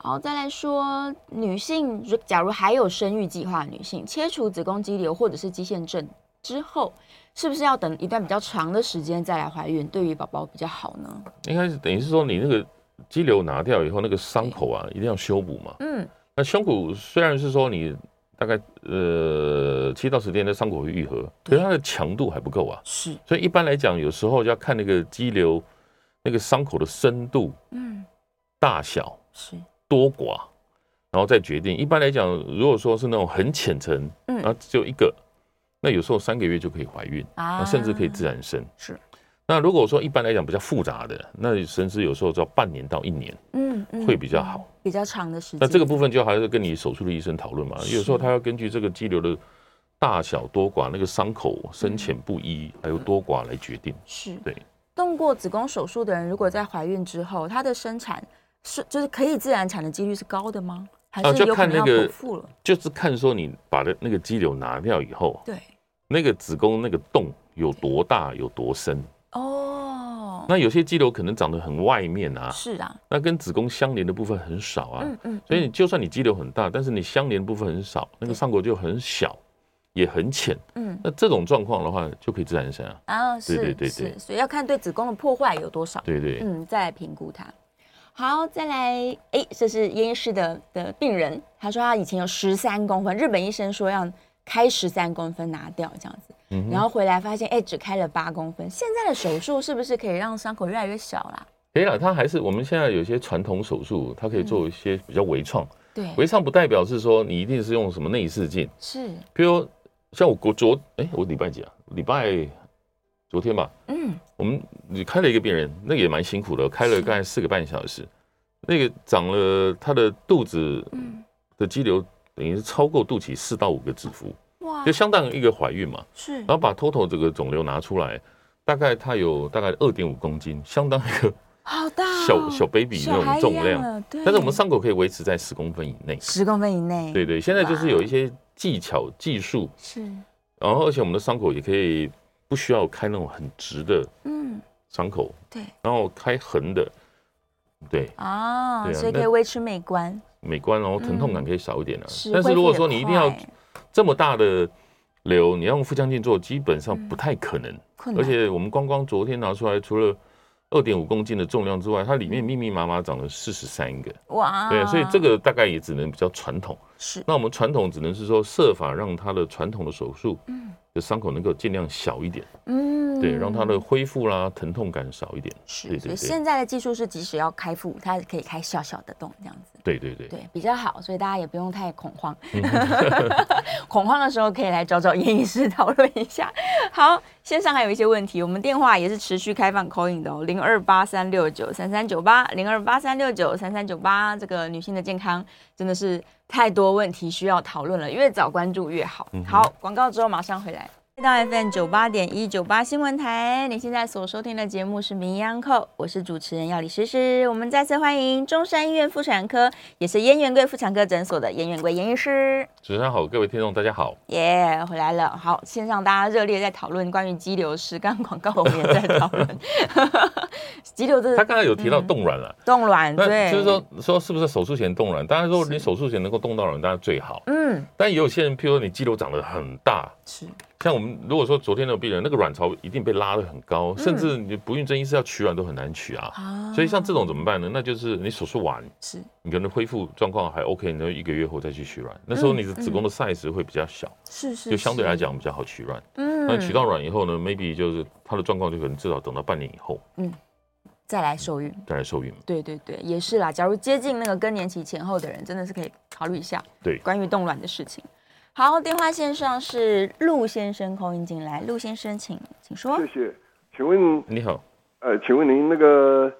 好，再来说女性，如假如还有生育计划，女性切除子宫肌瘤或者是肌腺症之后，是不是要等一段比较长的时间再来怀孕，对于宝宝比较好呢？
应该是等于是说你那个肌瘤拿掉以后，那个伤口啊一定要修补嘛。
嗯，
那胸骨虽然是说你大概呃七到十天的伤口会愈合，可是它的强度还不够啊。
是，
所以一般来讲，有时候要看那个肌瘤那个伤口的深度、
嗯，
大小、
是，
多寡，然后再决定。一般来讲，如果说是那种很浅层，
嗯
然后只有一个，那有时候三个月就可以怀孕，
啊
那甚至可以自然生。
是，
那如果说一般来讲比较复杂的，那甚至有时候只要半年到一年
嗯，嗯
会比较好。
比较长的时间。
那这个部分就还是跟你手术的医生讨论嘛。
是
有时候他要根据这个肌瘤的大小、多寡、那个伤口深浅不一，还有多寡来决定。
是
对。
动过子宫手术的人，如果在怀孕之后，她的生产是就是可以自然产的几率是高的吗？还
啊
是
就
有可
看
能要
那个
剖腹了？
就是看说你把的那个肌瘤拿掉以后，
对，
那个子宫那个洞有多大、有多深。
哦，
那有些肌瘤可能长得很外面啊，
是啊，
那跟子宫相连的部分很少啊。
嗯嗯，
所以你就算你肌瘤很大，但是你相连的部分很少，那
对
个伤口就很小，也很浅。
嗯
那这种状况的话，就可以自然生啊。
啊，是
对对对
是，所以要看对子宫的破坏有多少，
对对，
嗯，再来评估它。好，再来，哎，这是燕医师的的病人，他说他以前有十三公分，日本医生说要开十三公分拿掉这样子，
嗯哼
然后回来发现，哎，只开了八公分。现在的手术是不是可以让伤口越来越小啦？
可以了。它还是我们现在有些传统手术，它可以
嗯
做一些比较微创。
对，
微创不代表是说你一定是用什么内视镜，
是，
譬如像我国昨哎、我礼拜几啊？礼拜昨天吧，
嗯，
我们你开了一个病人，那个也蛮辛苦的，开了
是
大概四个半小时，那个长了他的肚子
嗯
的肌瘤，等于是超过肚脐四到五个指腹，
哇
就，相当于一个怀孕嘛。
是
然后把 total 这个肿瘤拿出来，大概它有大概二点五公斤，相当于一个
好大哦，
小小 baby
小
那
孩
种
一
重
样
量。
了，对
但是我们伤口可以维持在十公分以内。
十公分以内，
对对，现在就是有一些技巧技术，
是，
然后而且我们的伤口也可以不需要开那种很直的
嗯，
伤口，
对，
然后开横的，对，
啊，
对啊
所以可以
那
维持美观，
美观哦，疼痛感可以少一点啊。
嗯是
但是
恢
如
复
果
得
说你一定要
快
这么大的瘤，你要用腹腔镜做，基本上不太可能。
困
而
难，
且我们光光昨天拿出来，除了二点五公斤的重量之外，它
嗯
里面密密麻麻长了四十三个，
哇，
对啊，所以这个大概也只能比较传统。
是
那我们传统只能是说设法让它的传统的手术，的伤口能够尽量小一点，
嗯
对，让它的恢复啦、疼痛感少一点，
是，
对
所
对
以
对，
现在的技术是即使要开腹，它可以开小小的洞这样子，
对对对，
嗯对，比较好，所以大家也不用太恐慌。恐慌的时候可以来找 找严医师讨论一下。 好，线上还有一些问题，我们电话也是持续开放 call in 的哦，零二八三六九三三九八，零二八三六九三三九八。这个女性的健康真的是太多问题需要讨论了，越早关注越好。好，广告之后马上回来。回到 FM 九八点一九八新闻台，你现在所收听的节目是《名医安扣》，我是主持人药理诗诗。我们再次欢迎中山医院妇产科，也是燕元贵妇产科诊所的燕元贵严医师。
主持人好，各位听众大家好，
耶回来了。好，线上大家热烈在讨论关于肌瘤石刚刚广告，我们也在讨论 肌瘤这
他
个
刚才有提到冻卵了，
冻卵，呃嗯对，
那就是说说是不是手术前冻卵？当然说你手术前能够冻到卵，当然最好。
嗯，
但也有些人，譬如说你肌瘤长得很大，
是
像我们如果说昨天那个病人，那个卵巢一定被拉得很高，甚至你不孕症医师要取卵都很难取啊。
嗯啊
所以像这种怎么办呢？那就是你手术完，
是
你可能恢复状况还 OK，你就一个月后再去取卵。那时候你的子宫的 size 会比较小，
是嗯是，
就相对来
是，
讲比较好取卵。那
嗯，
取到卵以后呢，maybe 就是它的状况就可能至少等到半年以后
再来受孕。
再来受孕。
对对对，也是啦。假如接近那个更年期前后的人，真的是可以考虑一下
对
关于冻卵的事情。好，电话线上是陆先生空音进来，陆先生请请说
谢。谢。请问，
你好，
呃，请问您那个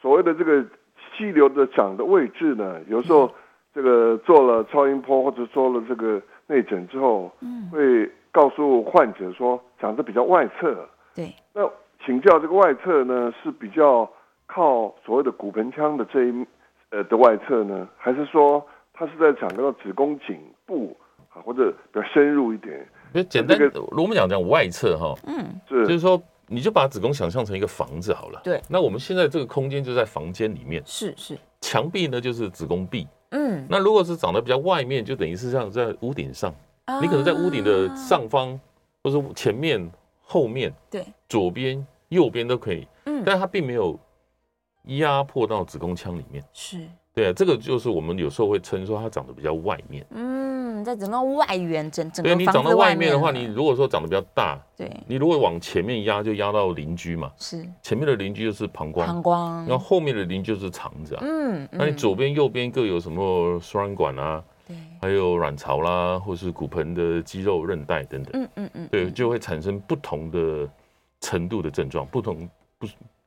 所谓的这个气流的长的位置呢？有时候这个做了超音波或者做了这个内诊之后，嗯，会告诉患者说长得比较外侧。
对，
那请教这个外侧呢，是比较靠所谓的骨盆腔的这一呃的外侧呢，还是说它是在长到子宫颈部啊，或者比较深入一点？
就简单
这，
如果我们讲讲外侧哈，
嗯
是
就是说你就把子宫想象成一个房子好了。
对
那我们现在这个空间就在房间里面，
是是，
墙壁呢就是子宫壁。
嗯，
那如果是长得比较外面，就等于是像在屋顶上，你可能在屋顶的
啊
上方，或是前面、后面、
对
左边、右边都可以，
嗯
但它并没有压迫到子宫腔里面。
是，
对啊，这个就是我们有时候会称说它长得比较外面。
嗯，在整个外缘整整
所以
个
你
房
长
子
到外
外
面的话，
了
你如果说长得比较大，
对
你如果往前面压，就压到邻居嘛。
是
前面的邻居就是膀胱，
膀胱，
然后后面的邻居就是肠子啊。
嗯，
那你
嗯
左边、右边各有什么输卵管啊？
对，
还有卵巢啦，或是骨盆的肌肉、韧带等等，
嗯嗯嗯，
对，
嗯
就会产生不同的程度的症状，不同，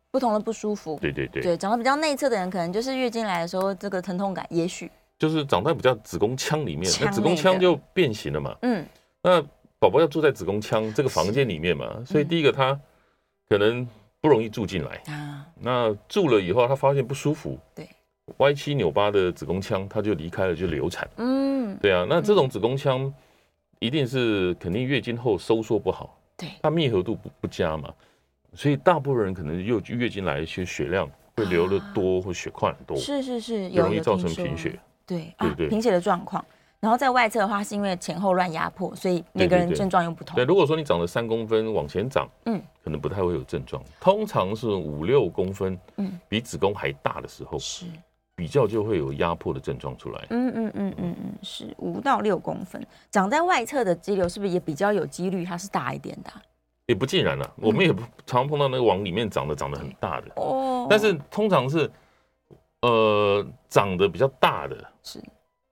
不同的不舒服。
对对对，
对，长得比较内侧的人，可能就是月经来的时候，这个疼痛感，也许，
就是长在比较子宫腔里面，那
腔
子宫
内的
腔就变形了嘛，
嗯，
那宝宝要住在子宫腔这个房间里面
嗯
嘛，所以第一个他可能不容易住进来，
啊，
那住了以后他发现不舒服，
对，
歪七扭八的子宫腔他就离开了，就流产，
嗯，
对啊，那这种子宫腔一定是肯定月经后收缩不好，
对
它密合度不不佳嘛，所以大部分人可能又月经来一些血量会流的多或血块很多，
啊是是是，
就
有
容易
有
造
听
成
说
贫血。
对
对
啊，
对
贫血的状况。然后在外侧的话，是因为前后乱压迫，所以每
对
个
对
人
对
症状又不同
对，。如果说你长了三公分往前长，
嗯，
可能不太会有症状，通常是五六公分，
嗯，
比子宫还大的时候，
是，
比较就会有压迫的症状出来。
嗯嗯嗯嗯嗯，是五到六公分，长在外侧的肌瘤是不是也比较有几率它是大一点的啊、
也不尽然了、我们也不常碰到那个往里面长的长得很大的，
嗯哦
但是通常是，呃，长得比较大的
是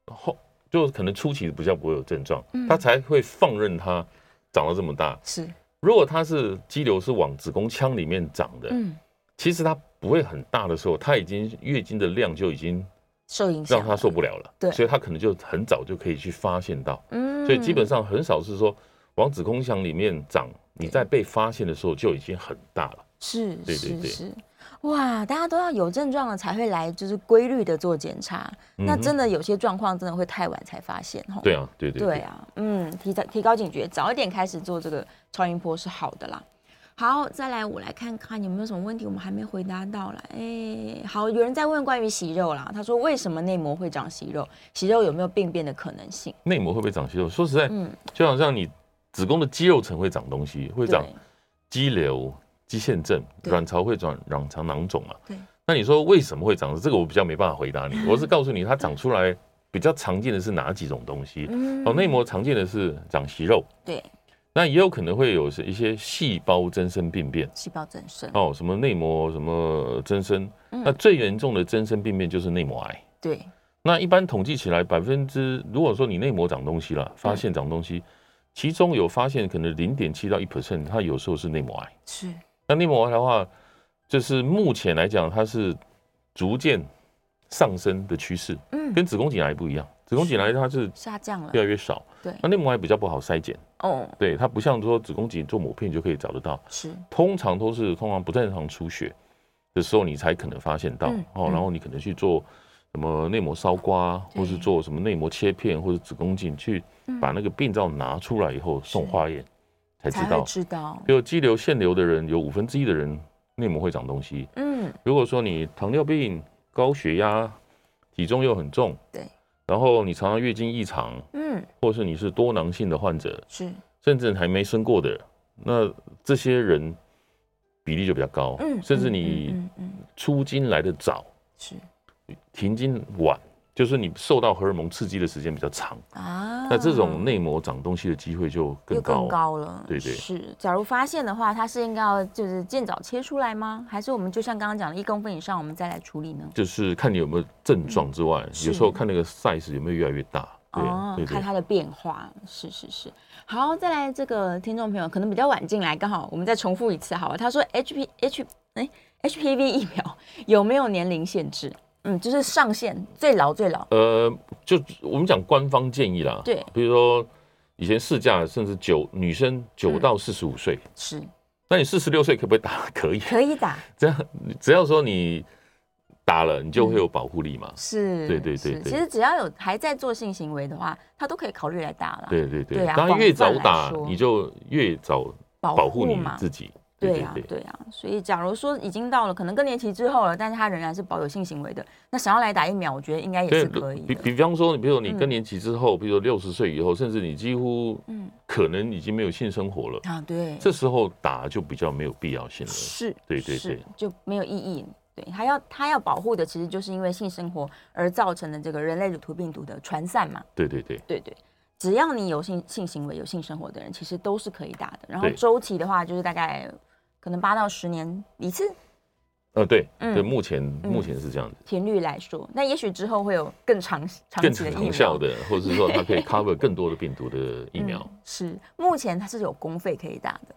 后，就可能初期比较不会有症状，
嗯
它才会放任它长到这么大。
是，
如果它是肌瘤是往子宫腔里面长的，
嗯，
其实它不会很大的时候，它已经月经的量就已经
受影响
让它受不了了，
对
所以它可能就很早就可以去发现到，
嗯
所以基本上很少是说往子宫腔里面长，你在被发现的时候就已经很大了。
是
对对
是
对
是，哇，大家都要有症状了才会来，就是规律的做检查。那
嗯哼
真的有些状况真的会太晚才发现，吼。
对啊，对对
对啊，嗯，提早提高警觉，早一点开始做这个超音波是好的啦。好，再来我来看看有没有什么问题我们还没回答到啦。哎，好，有人在问关于息肉啦，他说为什么内膜会长息肉？息肉有没有病变的可能性？
内膜会不会长息肉？说实在，
嗯，
就好像你子宫的肌肉层会长东西， 会长
对
肌瘤、肌腺症，
对
卵巢会长卵巢囊肿嘛？
对。嗯
那你说为什么会长？这个我比较没办法回答你。我是告诉你，它长出来比较常见的是哪几种东西？
嗯
哦，内膜常见的是长息肉，
对
那也有可能会有是一些细胞增生病变。
细胞增生，
哦，什么内膜什么增生，
嗯
那最严重的增生病变就是内膜癌。
对
那一般统计起来，百分之如果说你内膜长东西
嗯
了，发现长东西，其中有发现可能零点七到一 percent，它有时候是内膜癌。
是，
那内膜癌的话，就是目前来讲，它是逐渐上升的趋势，
嗯，
跟子宫颈癌不一样。子宫颈癌它是
下降了
越，来越少，
对
那内膜癌比较不好筛检，
哦，
对它不像说子宫颈做抹片就可以找得到。
是，
通常都是通常不正常出血的时候，你才可能发现到、
嗯
哦，
嗯
然后你可能去做什么内膜烧刮，
对
或是做什么内膜切片或者子宫颈去
嗯
把那个病灶拿出来以后送化验，才
才
知
会
道。
知道，
有肌瘤、腺瘤的人，有五分之一的人内膜会长东西。
嗯，
如果说你糖尿病、高血压、体重又很重，
对，
然后你常常月经异常，
嗯，
或是你是多囊性的患者，
是，
甚至还没生过的，那这些人比例就比较高。
嗯，
甚至
嗯
你
嗯嗯嗯
出经来的早，
是
停经晚，就是你受到荷尔蒙刺激的时间比较长，
啊，
那这种内膜长东西的机会就更
又
高。
更高了，
对对
是。假如发现的话，它是应该要就是尽早切出来吗？还是我们就像刚刚讲的，一公分以上我们再来处理呢？
就是看你有没有症状之外，
是哦
有时候看那个 size 有没有越来越大。对、对
看
对，
它的变化，是是是。好，再来这个听众朋友可能比较晚进来，刚好我们再重复一次好了。他说 H P H 哎 H P V 疫苗有没有年龄限制？嗯，就是上限最老最老，
呃，就我们讲官方建议啦，
对
比如说以前试驾甚至九女生九到四十五岁，
是
那你四十六岁可不可以打？ 可以，
可以打，
只要只要说你打了，你就会有保护力
嗯
嘛。
是，
对对对
是
对
其实只要有还在做性行为的话，他都可以考虑来打了，
对对
对
对，
啊
当然越早打
广泛来说，
你就越早保
保
护
护
你
嘛，
自己。
对呀、对呀、所以假如说已经到了可能更年期之后了，但是他仍然是保有性行为的，那想要来打疫苗，我觉得应该也
所
是
以
可以
比
的。
比方说，你比如说你
嗯
更年期之后，比如说六十岁以后，甚至你几乎
嗯
可能已经没有性生活了，
啊，对，
这时候打就比较没有必要性了。
是，
对对
是
对
就没有意义。对，他要他要保护的，其实就是因为性生活而造成的这个人类乳头病毒的传散嘛。
对对对，
对对，只要你有性性行为、有性生活的人，其实都是可以打的。然后
对
周期的话，就是大概可能八到十年一次，
呃对
嗯
对，目前目前是这样子，
频率来说，那也许之后会有更长长
更
期的疫
长
苗
效的，或者是说 它可以 cover 更多的病毒的疫苗。
嗯是目前它是有公费可以打的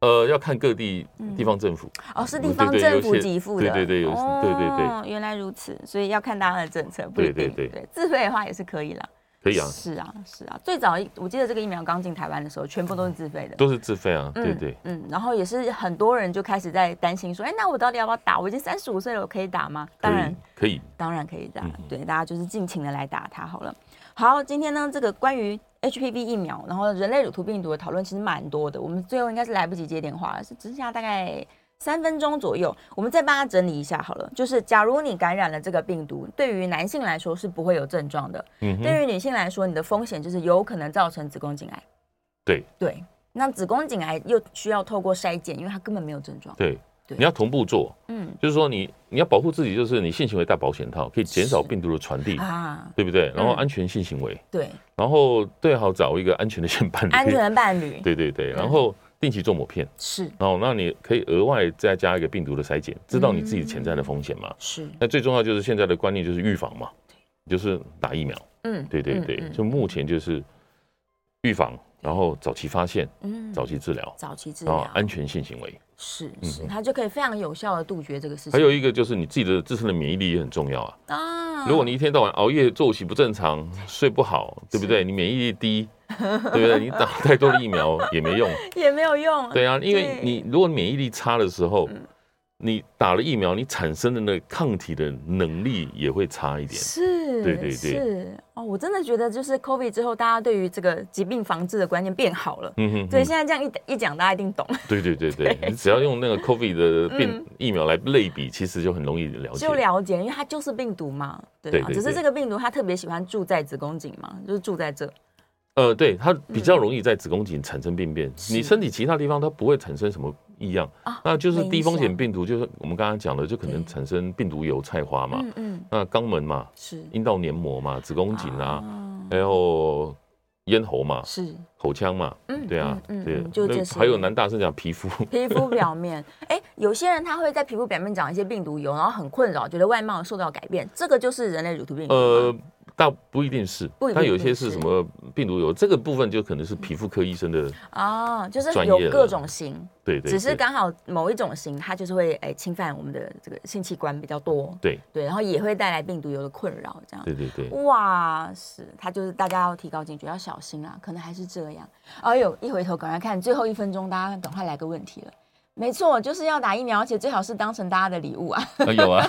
呃，要看各地
嗯
地方政府。
哦，是地
嗯对
方
对
政
有
府
些
给付
对
的，
对对有
哦，
对对对，
原来如此，所以要看大家的政策，不一
对
定
对对
自费的话也是可以啦，
可以啊，
是啊是啊，最早一我记得这个疫苗刚进台湾的时候，全部都是自费的。
都是自费啊，对对。
嗯，然后也是很多人就开始在担心说，哎，那我到底要不要打？我已经三十五岁了，我可以打吗？当然，
可以，
当然可以打，
嗯
对，大家就是尽情的来打它好了。好，今天呢，这个关于 HPV 疫苗，然后人类乳头病毒的讨论其实蛮多的，我们最后应该是来不及接电话了，是只剩下大概三分钟左右，我们再帮他整理一下好了。就是假如你感染了这个病毒，对于男性来说是不会有症状的，
嗯哼，
对于女性来说，你的风险就是有可能造成子宫颈癌。
对
对，那子宫颈癌又需要透过筛检，因为它根本没有症状。
对，
对
你要同步做，
嗯
就是说你你要保护自己，就是你性行为戴保险套，可以减少
是
病毒的传递，
啊，
对不对？然后
嗯
安全性行为，
对，
然后最好找一个安全的性伴侣，
安全嗯的伴侣
对对对，然后定期做抹片，
是
然后那你可以额外再加一个病毒的筛检，知道你自己潜在的风险嘛？
是，
那最重要就是现在的观念就是预防嘛，就是打疫苗，
嗯，
对对
嗯
对，
嗯
就目前就是预防，然后早期发现，
嗯
早期治疗，
早期治
然后
疗，
安全性行为。
是
嗯
是，
嗯
它就可以非常有效的杜绝这个事情。
还有一个就是你自己的自身的免疫力也很重要啊。
啊，
如果你一天到晚熬夜、作息不正常、睡不好，对不对？你免疫力低，对不对？你打太多的疫苗也没用。
也没有用，
对啊，因为
嗯对嗯
你如果免疫力差的时候，你打了疫苗，你产生的那个抗体的能力也会差一点。
是是，
对对对
是哦，我真的觉得就是 COVID 之后，大家对于这个疾病防治的观念变好了。
嗯哼
对，
哼，
现在这样一一讲，大家一定懂，
对对对对，你只要用那个 COVID 的病疫苗来类比，其实就很容易了
嗯
解
就。了解，因为它就是病毒嘛，对吧？
对对
只是
对
这个病毒它特别喜欢住在子宫颈嘛，就是住在这。
呃，对，它比较容易在子宫颈产生病变，
嗯是
你身体其他地方它不会产生什么异样
啊。
那就是
没
低风
影响
险病毒，就是我们刚刚讲的，就可能
对
产生病毒疣菜花嘛，
嗯嗯，
那肛门嘛，
是。
阴道黏膜嘛，子宫颈啊，
啊
还有咽喉嘛，
是
口腔嘛，
嗯
对啊，
嗯嗯
对
嗯，就
那
这些
还有男大生讲皮肤，
皮肤表面， 哎、有些人他会在皮肤表面长一些病毒疣，然后很困扰，觉得外貌受到改变，这个就是人类乳头病毒吗。
呃，大不一定是
啊不一定，
但有一些是
是
什么病毒有这个部分就可能是皮肤科医生的，
啊，就是
专
有
业
各
了
种型，
对对，
只是
对
刚好某一种型，它就是会哎、侵犯我们的这个性器官比较多，
对
对，然后也会带来病毒疣的困扰，这样。
对对 对，
哇，是，它就是大家要提高警觉，要小心啦，可能还是这样。哎呦，一回头赶快看，最后一分钟，大家赶快来个问题了。没错，就是要打疫苗，而且最好是当成大家的礼物啊，
啊有啊，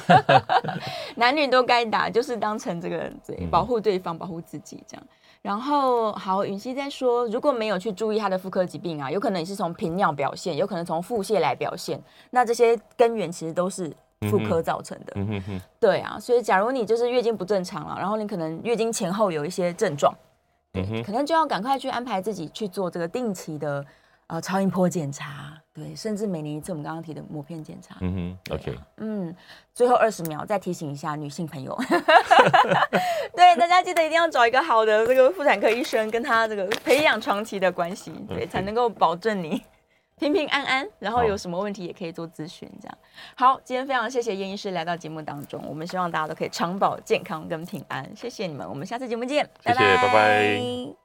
男女都该打，就是当成这个对
嗯
保护对方、保护自己这样。然后好，允熙在说，如果没有去注意他的妇科疾病啊，有可能也是从频尿表现，有可能从腹泻来表现，那这些根源其实都是妇科造成的。
嗯哼哼，
对啊，所以假如你就是月经不正常了，然后你可能月经前后有一些症状，对，
嗯哼
可能就要赶快去安排自己去做这个定期的呃超音波检查，对，甚至每年一次我们刚刚提的膜片检查。
嗯哼，OK，
嗯，最后二十秒再提醒一下女性朋友， 对大家记得一定要找一个好的这个妇产科医生，跟他这个培养长期的关系，对，
OK
才能够保证你 平平安安，然后
好
有什么问题也可以做咨询，这样。好，今天非常谢谢燕医师来到节目当中，我们希望大家都可以长保健康跟平安，谢谢你们，我们下次节目见，
谢谢拜拜